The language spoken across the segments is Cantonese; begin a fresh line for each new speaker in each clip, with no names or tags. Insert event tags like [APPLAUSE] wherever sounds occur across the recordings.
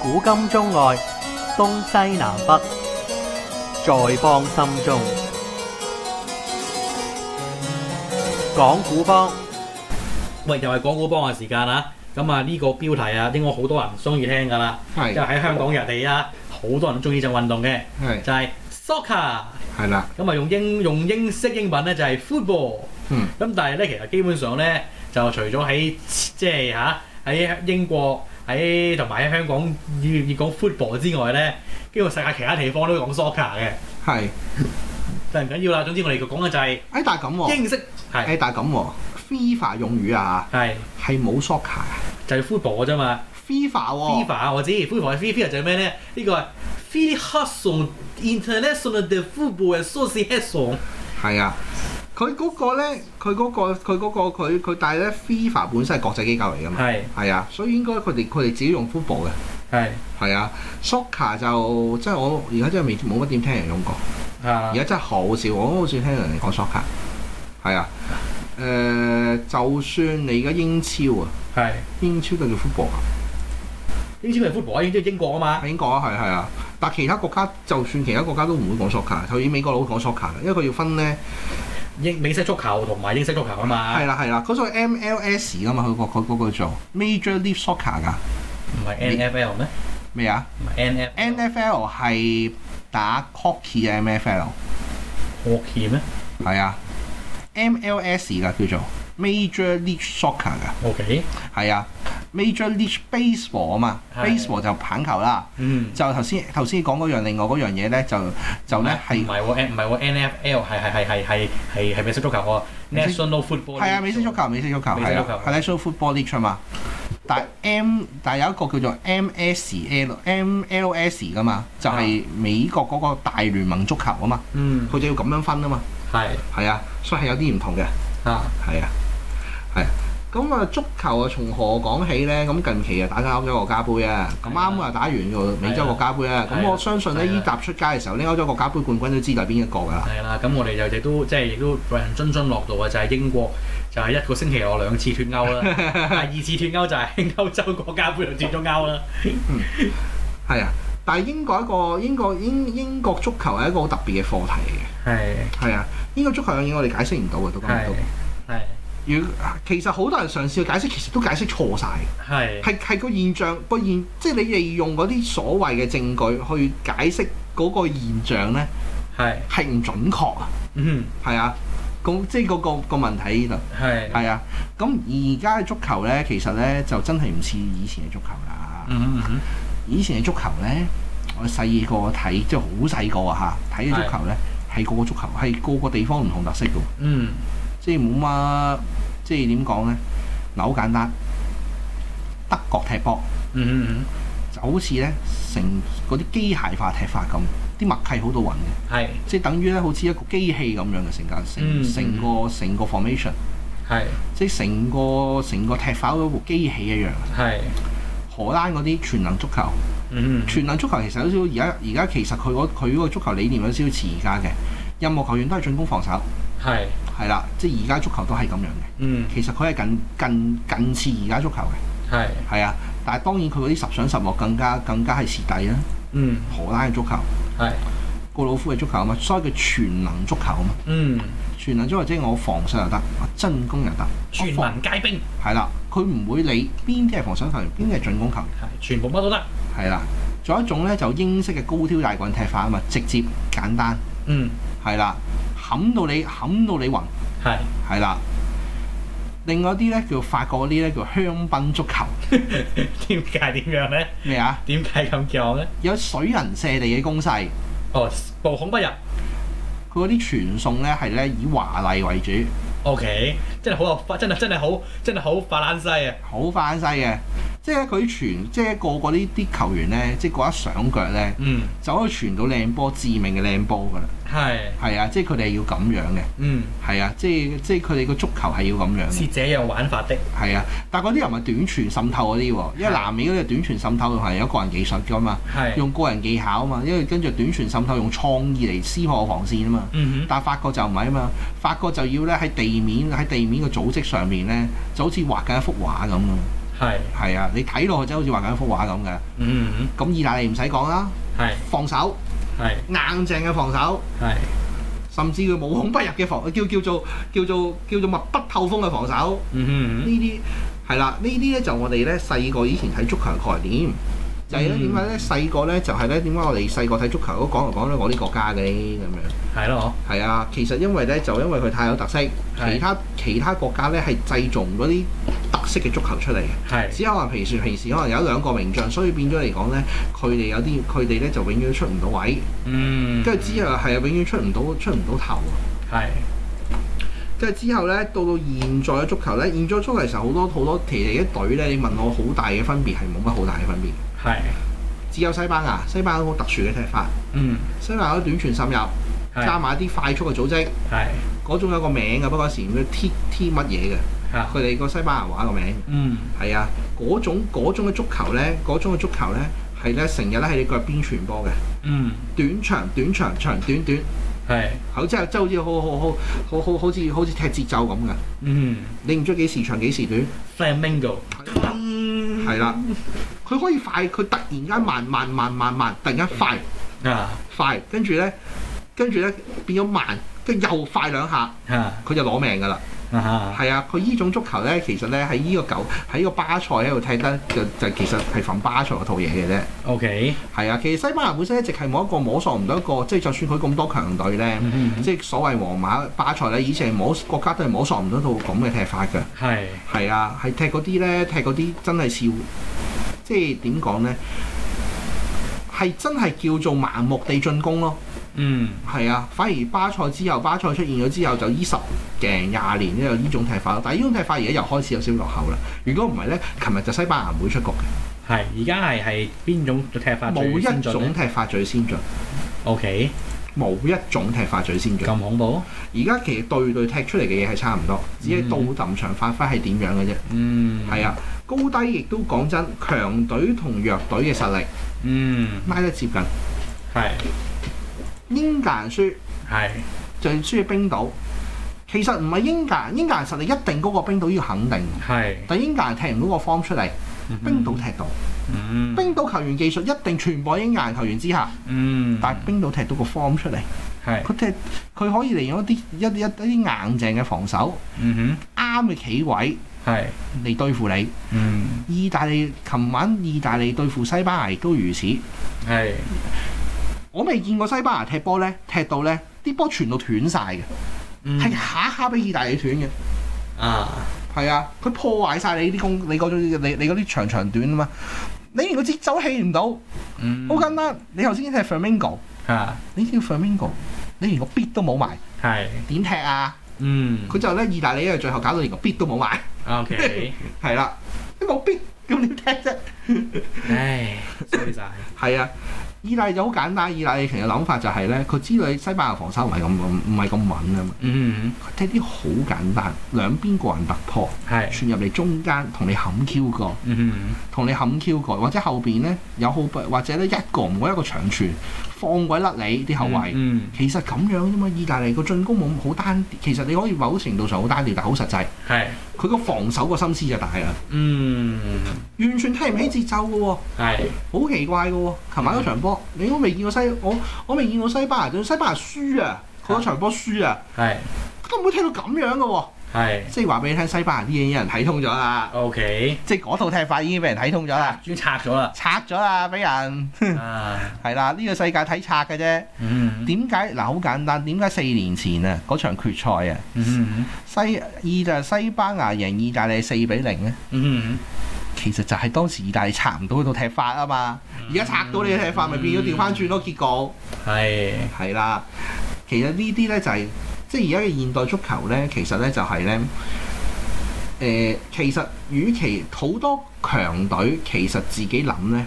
古今中外，東西南北，在邦心中。講古幫，
喂，又係講古幫嘅時間啦。咁啊，呢個標題啊，應該好多人中意聽㗎啦。因為
係
喺香港人哋啊，好多人中意做運動嘅，
係
就係、soccer。
係啦，
咁啊，用英用英式英文咧就係 football。
嗯
咁但係咧，其實基本上咧，就除咗喺即係嚇喺英國喺同埋喺香港要要講 football 之外咧，基本世界其他地方都講 soccer 嘅。
係。
但係唔緊要啦，總之我哋講嘅就係
哎，但係咁喎，
英式係
哎，但係咁喎，FIFA 用語啊
係
係冇 soccer 嘅
就係 football 嘅啫嘛。
，FIFA 喎，
FIFA 我知，FIFA 係 FIFA 就係咩咧？呢個係 f i l i h a s o n International de Football Association。
係啊。佢嗰個咧，佢嗰、個，佢嗰、個，佢佢，但係咧，FIFA 本身係國際機構嚟㗎嘛，
係
係啊，所以應該佢哋佢哋自己用 football 嘅，
係
係啊，soccer 就即係我而家真係未冇乜點聽人用過，
啊
而家真係好少，我都好少聽人哋講 soccer，係啊，誒、就算你而家英超啊，
係
英超都叫 football 啊。
英超係 football，英超係英國啊嘛。
英國啊，係係啊，但其他國家就算其他國家都唔會講 soccer，就以美國佬講 soccer 嘅，因為佢要分咧，
英美式足球同埋英式足球啊嘛，
係啦係啦，嗰個 MLS 噶嘛，佢個佢嗰個叫做 Major League Soccer 噶，
唔係 NFL 咩？
咩啊
唔係 N F
？NFL 係打 hockey 啊嘅 NFL，
hockey 咩
係啊，MLS 噶叫做 Major League Soccer 噶，
？OK，
係啊，Major League Baseball 啊嘛
係
，baseball 就棒球啦，
嗯，
就頭先頭先講嗰樣，另外嗰樣嘢咧就就咧係
唔。係喎？N- 唔係喎？N F L 係係係係係係係美式足球喎
美式
à? ，National Football
係啊，美式足球，美式足球
美式
係
足
啊
球
係 National Football League 啊嘛。但 M 但有一個叫做 MSL MLS 噶 E 嘛，就係
啊
美國嗰個大聯盟足球啊嘛，
嗯，
佢就要咁樣分啊嘛。
係
係啊，所以係有啲唔同嘅。
啊，
係啊，係啊。咁啊，足球啊，從何講起咧？咁近期啊，打緊歐洲國家杯啊，咁
係啊
啱啊，打完個美洲國家杯啊。
係啊
咁我相信咧，
係啊
依集出街嘅時候呢，歐洲國家杯冠軍都知道係邊一個㗎啦。
係啦。咁我哋就亦都即係亦都為人津津樂道啊，就係英國就係一個星期落兩次脱歐啦， [LAUGHS] 第二次脱歐就 [LAUGHS] 係歐洲國家杯就脱咗歐啦。
係啊，但係英國一個英國英英國足球係一個好特別嘅課題嚟嘅。
係
係啊，英國足球樣嘢我哋解釋唔到嘅，到今日
係
都。
係
要其實好多人嘗試去解釋，其實都解釋錯晒。
係
係係個現象個現，即係你利用嗰啲所謂嘅證據去解釋嗰個現象咧，
係
係唔準確啊。
嗯
係啊，咁即係嗰個個問題喺呢
係
度。係啊，咁而家嘅足球咧，其實咧就真係唔似以前嘅足球啦。
嗯嗯嗯
以前嘅足球咧，我細個睇，即係好細個啊嚇，睇嘅足球咧係個個足球係個個地方唔同特色嘅喎。
嗯
即係冇乜，即係點講呢？嗱，好簡單，德國踢波
嗯嗯嗯
就好似呢成嗰啲機械化踢法咁，啲默契好到暈嘅，
係
即係等於呢好似一個機器咁樣嘅成間
嗯
成成個成個 formation，
係
即係成個成個踢法嗰部機器一樣。
係
荷蘭嗰啲全能足球，
嗯嗯
全能足球其實有少少而家而家其實佢嗰佢嗰個足球理念有少少似而家嘅，任何球員都係進攻防守，
係
係啦，即係而家足球都係咁樣嘅。
嗯
其實佢係近近近似而家足球嘅，
係
係啊，但係當然佢嗰啲十上十落更加更加係蝕底啦。
嗯
荷蘭嘅足球，
係
告魯夫嘅足球啊嘛，所以叫全能足球啊嘛，
嗯
全能足球即係我防守又得，我進攻又得，
全
我防
民皆兵
係啦，佢唔會理邊啲係防守球員，邊啲係進攻球員，
係全部乜都得
係啦。仲有一種咧就英式嘅高挑大棍踢法啊嘛，直接簡單，
嗯
係啦，冚到你冚到你暈，
係 [LAUGHS]
係啦。另外啲咧叫法國嗰啲咧叫香檳足球，
點解點樣咧？
咩啊？
點解咁講咧？
有水人射地嘅攻勢，
哦，無孔不入。
佢嗰啲傳送咧係咧以華麗為主，
O K，真係好有法，真係真係好，真係好法蘭西啊！
好翻西嘅。即係佢傳，即係個個呢啲球員咧，即係嗰一上腳咧，
嗯，
就可以傳到靚波，致命嘅靚波㗎啦。
係，
係啊，即係佢哋係要咁樣嘅，
嗯，
係啊，即係即係佢哋個足球係要咁樣嘅，
是這樣玩法的。
係啊。但係嗰啲又唔係短傳滲透嗰啲喎，因為
係
南美嗰啲係短傳滲透同係有個人技術㗎嘛，
係，
用個人技巧啊嘛，因為跟住短傳滲透用創意嚟撕破防線啊嘛。
嗯
但法國就唔係啊嘛，法國就要咧喺地面喺地面嘅組織上面咧，就好似畫緊一幅畫咁啊，
哼，係，
係啊，你睇落去真係好似畫緊一幅畫咁嘅。
嗯，
咁意大利唔使講啦，
係
防守
係
硬淨嘅防守，
係
甚至佢無孔不入嘅防，叫叫做叫做叫做密不透風嘅防守。呢
嗯
啲係啦，呢啲咧就我哋咧細個以前睇足球嘅概念，就係咧
嗯
點解咧細個咧就係咧點解我哋細個睇足球都講嚟講去我啲國家嘅咁樣，
係咯，
係啊，其實因為咧就因為佢太有特色，其他其他國家咧係製造嗰啲特色嘅足球出嚟嘅。
係
只可能平時平時可能有一兩個名將，所以變咗嚟講咧，佢哋有啲佢哋咧就永遠出唔到位，
嗯，
跟住之後係永遠出唔到出唔到頭。啊
係
跟住之後咧，到到現在嘅足球咧，現在足球其實好多好多其實一隊咧，你問我好大嘅分別係冇乜好大嘅分別，
係，
只有西班牙，西班牙好特殊嘅踢法，
嗯
西班牙有短傳滲入，加
係
埋一啲快速嘅組織，
係
嗰種有個名嘅，不過時唔知 T T 乜嘢嘅，
嚇，
佢哋個西班牙話個名。
嗯
係啊，嗰種嗰種嘅足球咧，嗰種嘅足球咧，係咧成日咧喺你腳邊傳波嘅，
嗯
短長短長長短短，
係，
好即係即係好似好好好好好好似好似踢節奏咁嘅，
嗯
你唔知幾時長幾時短，
，Flamingo，
係啦、佢可以快，佢突然間慢慢慢慢慢，突然間快
啊
快，跟住咧跟住咧變咗慢，跟住又快兩下，
嚇啊
佢就攞命㗎啦。
嚇，
係啊，佢依種足球咧，其實咧喺呢個九喺呢個巴塞喺度踢得就就其實係仿巴塞嗰套嘢嘅啫。
OK，
係啊，其實西班牙本身一直係冇一個摸索唔到一個，即係就算佢咁多強隊咧，
嗯
即係所謂皇馬、巴塞咧，以前係摸國家都係摸索唔到到咁嘅踢法嘅。
係
係啊，係踢嗰啲咧，踢嗰啲真係笑，即係點講咧？係真係叫做盲目地進攻咯，
嗯
係啊。反而巴塞之後，巴塞出現咗之後，就依十零廿年咧有呢種踢法咯。但係呢種踢法而家又開始有少少落後啦。如果唔係咧，琴日就西班牙唔會出局嘅，
係，而家係係邊種踢法
冇
啊最
一
先進
種
咧
踢法最先進。
？OK，
冇一種踢法最先進。
咁恐怖？
而家其實對對踢出嚟嘅嘢係差唔多，只係到臨場發揮係點樣嘅啫。
嗯，
係、，啊，高低亦都講真，強隊同弱隊嘅實力
嗯，
拉得接近。
係
英格蘭輸
係
就係輸俾冰島，其實唔係英格蘭，英格蘭實力一定高過冰島，要肯定。
係，
但英格蘭踢唔到個 form 出嚟，冰島踢到。
嗯，
冰島球員技術一定全部喺英格蘭球員之下，
嗯，
但係冰島踢到個 form 出嚟，
係，
佢踢佢可以利用一啲一啲一啲硬淨嘅防守，
嗯
啱嘅企位
哼，係，
嚟對付你。
嗯，
意大利琴晚意大利對付西班牙亦都如此。
係，
我未見過西班牙踢波呢，踢到呢啲波傳到斷晒嘅，
嗯
係下下俾意大利斷嘅。
啊，
係啊，佢破壞晒你啲攻，你嗰種你你嗰啲長長短啊嘛。你連個節奏起唔到，好
嗯，
簡單。你頭先踢 Flamingo，
嚇，
你叫 Flamingo，你連個 beat 都冇埋，
係，
點踢啊？
嗯，
佢就呢意大利咧最後搞到連個 beat 都冇埋，
Ừ.
[LAUGHS]
OK，
係啦，你冇 beat 咁點踢啫？
唉，衰晒，
係啊，意大利就好簡單。意大利其實諗法就係咧，佢知道你西班牙防守唔係咁唔係咁穩啊嘛，
嗯，
佢踢啲好簡單，兩邊個人突破，
係，
傳入嚟中間同你冚 Q 過，
嗯，
同你冚 Q 過，或者後邊咧有好或者咧一個唔好一個長傳，放鬼甩你啲後衞。
嗯，
其實咁樣啫嘛，意大利個進攻冇好單調，其實你可以某程度上好單調，但好實際。
係，
佢個防守個心思就大啦，
嗯，
完全踢唔起節奏嘅喎。
係，
好奇怪嘅喎，琴晚嗰場波，你都未見過西，我我未見過西班牙隊，西班牙輸啊，佢嗰場波輸啊，
係，
都唔會踢到咁樣嘅喎，
係
即係話俾你聽，西班牙啲嘢已經有人睇通咗啦，
，OK，
即係嗰套踢法已經俾人睇通咗啦，
專拆咗啦，
拆咗啦，俾人
啊，
係啦，呢、個世界睇拆嘅啫。
嗯，
點解嗱？好簡單，點解四年前啊嗰場決賽啊，
嗯，
西意就西班牙贏意大利四比零咧，
嗯，
其實就係當時意大利拆唔到嗰套踢法啊嘛，而家拆到你嘅踢法，咪變咗調翻轉咯，結果。
係，
係啦，其實呢啲呢就係、即係而家嘅現代足球呢，其實呢就係、呢。誒、其實與其好多強隊，其實自己諗呢，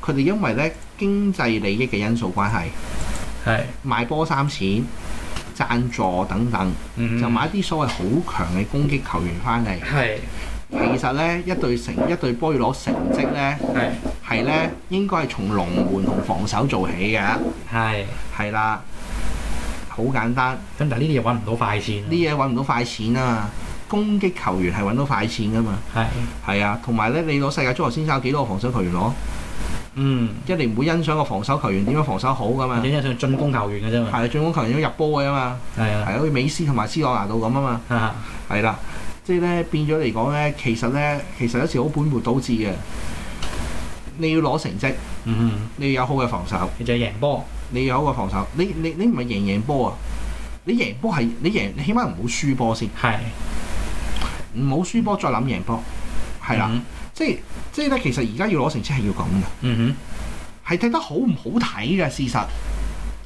佢哋因為呢經濟利益嘅因素關係，
係，
賣波衫錢、贊助等等，
嗯，
就買一啲所謂好強嘅攻擊球員翻嚟。
係，
其實呢，一隊成一隊波要攞成績呢，
係，
係呢應該係從龍門同防守做起嘅，
係。
係啦，好簡單。
咁但係呢啲嘢揾唔到快錢啊。
啲嘢揾唔到快錢啊！攻擊球員係揾到快錢噶嘛。
係，
係啊，同埋咧，你攞世界足球先生有幾多個防守球員攞？
嗯，
一你唔會欣賞個防守球員點樣防守好噶嘛
或者。一上進攻球員嘅啫嘛，
係啊，進攻球員要入波嘅嘛，
係
係
啊，
啊好似美斯同埋斯朗拿度咁啊嘛，
哈哈
係啦，即係咧變咗嚟講咧，其實咧其實有時好本末倒置嘅。你要攞成績，
嗯，
你要有好嘅防守，
你就係贏波，
你要有好嘅防守，你你你唔係贏贏波啊！你贏波係你贏，你起碼唔好輸波先，
係，
唔好輸波再諗贏波，係啦、
嗯
即係即係咧，其實而家要攞成績係要咁嘅，
嗯哼，
係睇得好唔好睇嘅事實。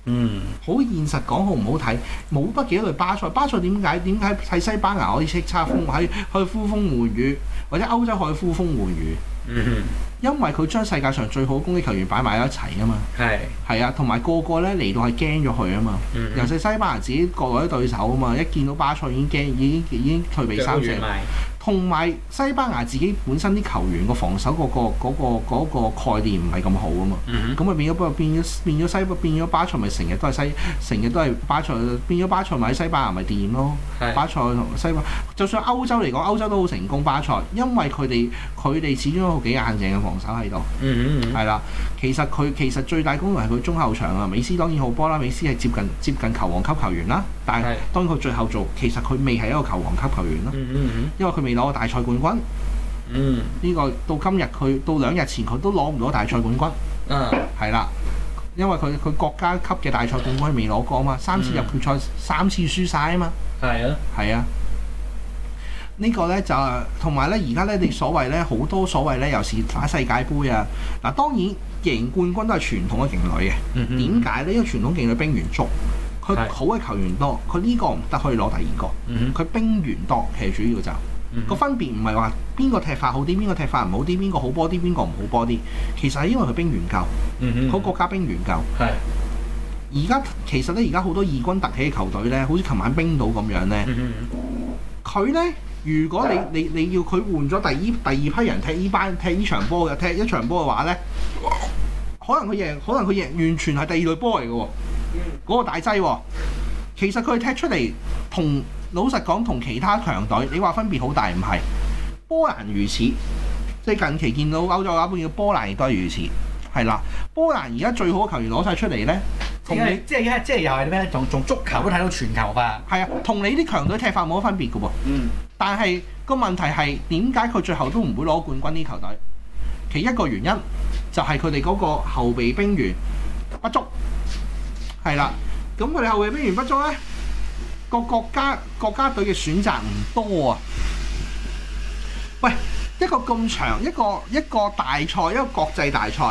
嗯，
好現實講好唔好睇，冇得幾多隊巴塞。巴塞點解點解喺西班牙可以叱咤風喺去呼風喚雨，或者歐洲可以呼風喚雨？
嗯
因為佢將世界上最好嘅攻擊球員擺埋一齊啊嘛。
哼，係，
係啊，同埋個個咧嚟到係驚咗佢啊嘛。
嗯
尤其西班牙自己國內啲對手啊嘛，一見到巴塞已經驚，已經已經退避三舍。
埋，
同埋西班牙自己本身啲球員個防守嗰、個嗰、個嗰、個概念唔係咁好啊嘛。
嗯哼，
咁咪變咗不變咗變咗西變咗巴塞咪成日都係西成日都係巴塞變咗巴塞咪喺西班牙咪掂咯，
係，
巴塞同西班就算歐洲嚟講，歐洲都好成功巴塞，因為佢哋佢哋始終有幾硬淨嘅防守喺度，
嗯哼，
係啦。其實佢其實最大功能係佢中後場啊，美斯當然好波啦，美斯係接近接近球王級球員啦，但係
係
當佢最後做，其實佢未係一個球王級球員啦，
嗯哼，
因為佢未攞過大賽冠軍。
嗯
呢、個到今日佢到兩日前佢都攞唔到大賽冠軍。
哼，啊，
係啦，因為佢佢國家級嘅大賽冠軍未攞過啊嘛，三次入決賽、三次輸晒啊嘛，
係啊，
係啊。呢個呢，就同埋呢，而家呢，你所謂呢，好多所謂呢，尤其是打世界盃啊，嗱當然贏冠軍都係傳統嘅勁旅嘅，啊
嗯哼，
點？解呢？因為傳統勁旅兵員足，佢
係
好嘅球員多，佢呢個唔得可以攞第二
嗯
個，佢兵員多，其實主要就。
哼，
個分別唔係話邊個踢法好啲，邊個踢法唔好啲，邊個好波啲，邊個唔好波啲。其實係因為佢兵員夠，
嗯哼，
佢國家兵員夠。
係，
而家其實咧，而家好多義軍突起嘅球隊咧，好似琴晚冰島咁樣咧，
嗯哼，
佢咧如果你你你要佢換咗第依第二批人踢呢班踢呢場波嘅踢一場波嘅話咧，可能佢贏，可能佢贏完全係第二隊波嚟嘅喎，嗰、個大劑喎、其實佢踢出嚟同老實講同其他強隊，你話分別好大唔係？波蘭如此，即係近期見到歐洲嗰邊嘅波蘭亦都係如此，係啦。波蘭而家最好嘅球員攞晒出嚟咧，同
即
你
係即係即係又係咩？仲仲足球都睇到全球化，
係啊，同你啲強隊踢法冇乜分別嘅喎。
嗯，
但係個問題係點解佢最後都唔會攞冠軍呢球隊？其一個原因就係佢哋嗰個後備兵員不足，係啦。咁佢哋後備兵員不足呢，個國家國家隊嘅選擇唔多啊。喂，一個咁長一個一個大賽，一個國際大賽，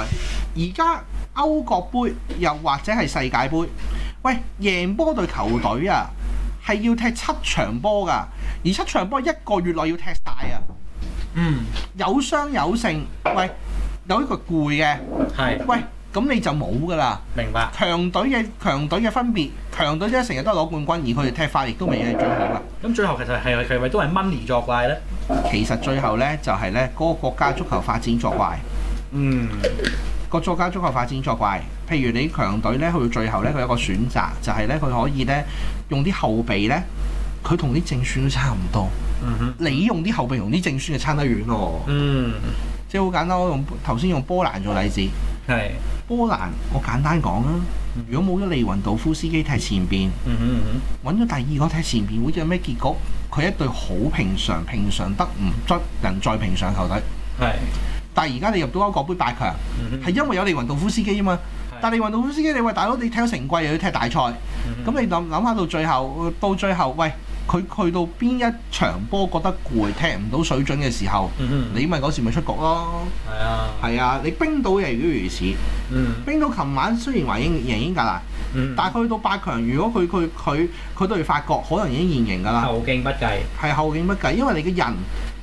而家歐國杯又或者係世界盃，喂，贏波對球隊啊，係要踢七場波㗎。而七場波一個月內要踢晒啊！
嗯，
有傷有剩，喂，有一個攰嘅，
係，
喂，咁你就冇㗎啦。
明白，
強隊嘅強隊嘅分別，強隊咧成日都係攞冠軍，而佢哋踢法亦都未係最好啦。
咁最後其實係係咪都係 money 作怪咧？
其實最後呢，就係呢嗰個國家足球發展作怪，
嗯，
個國家足球發展作怪。譬如你強隊呢，去到最後呢，佢有個選擇就係呢，佢可以呢，用啲後備呢，佢同啲正選都差唔多。
嗯哼，
你用啲後備同啲正選就差得遠咯。
嗯，
即係好簡單，我用頭先用波蘭做例子。
係，
波蘭，我簡單講啦，如果冇咗利雲道夫斯基踢前邊，
嗯哼嗯哼。
揾咗第二個踢前邊，會有咩結局？佢一隊好平常、平常得唔得人再平常球隊。
係，
但係而家你入到歐國杯八強，係
係
因為有利雲道夫斯基啊嘛。但係利雲道夫斯基，你喂大佬，你踢咗成季又要踢大賽，咁
咁
你諗諗下到最後，到最後，喂佢去到邊一場波覺得攰，踢唔到水準嘅時候，
你
你咪嗰時咪出局咯。
係啊，
係啊，你冰島亦如此。
嗯
冰島琴晚雖然話英贏英格蘭。
嗯，
但係佢去到八強，如果佢佢佢佢對法國，可能已經現形㗎啦，
後勁不計，
係後勁不計，因為你嘅人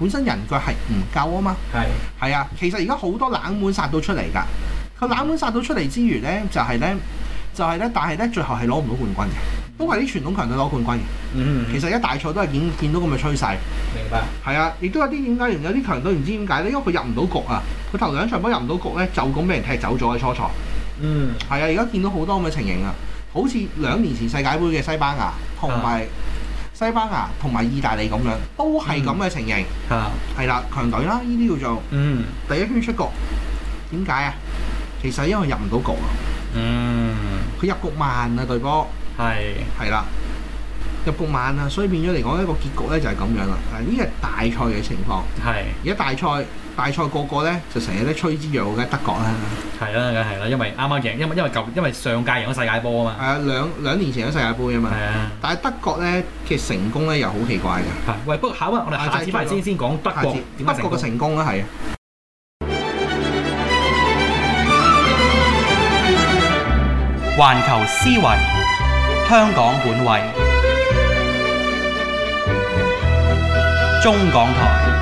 本身人腳係唔夠啊嘛，
係
係啊，其實而家好多冷門殺到出嚟㗎，佢冷門殺到出嚟之餘呢，就係、呢，就係、呢，但係呢，最後係攞唔到冠軍嘅，都係啲傳統強隊攞冠軍嘅，
嗯，
其實一大賽都係見見到咁嘅趨勢，
明白，
係啊，亦都有啲點解有啲強隊唔知點解呢，因為佢入唔到局啊，佢頭兩場波入唔到局呢，就咁俾人踢走咗喺初賽。
嗯
係啊，而家見到好多咁嘅情形啊，好似兩年前世界盃嘅西班牙同埋西班牙同埋意大利咁樣，都係咁嘅情形。
嚇，
係啦，強隊啦，呢啲叫做
嗯
第一圈出局。點解啊？其實因為入唔到局啊，
嗯，
佢入局慢啊，對波
係
係啦，入局慢啊，所以變咗嚟講一個結局咧就係咁樣啦。嗱，呢個係大賽嘅情況。
係
而家大賽大賽個個咧就成日咧吹之若鶩嘅德國啦，
係啦，梗係啦，因為啱啱贏，因為因為舊因為上屆贏咗世界波啊
係啊兩兩年前嘅世界盃啊
嘛，
嘛，
係啊。
但係德國咧嘅成功咧又好奇怪嘅，
係啊喂，不過下一位我哋下次翻嚟先先講德
下
國
次
點解成
德國
功
嘅。成功咧係啊
環球思維，香港本位，中港台。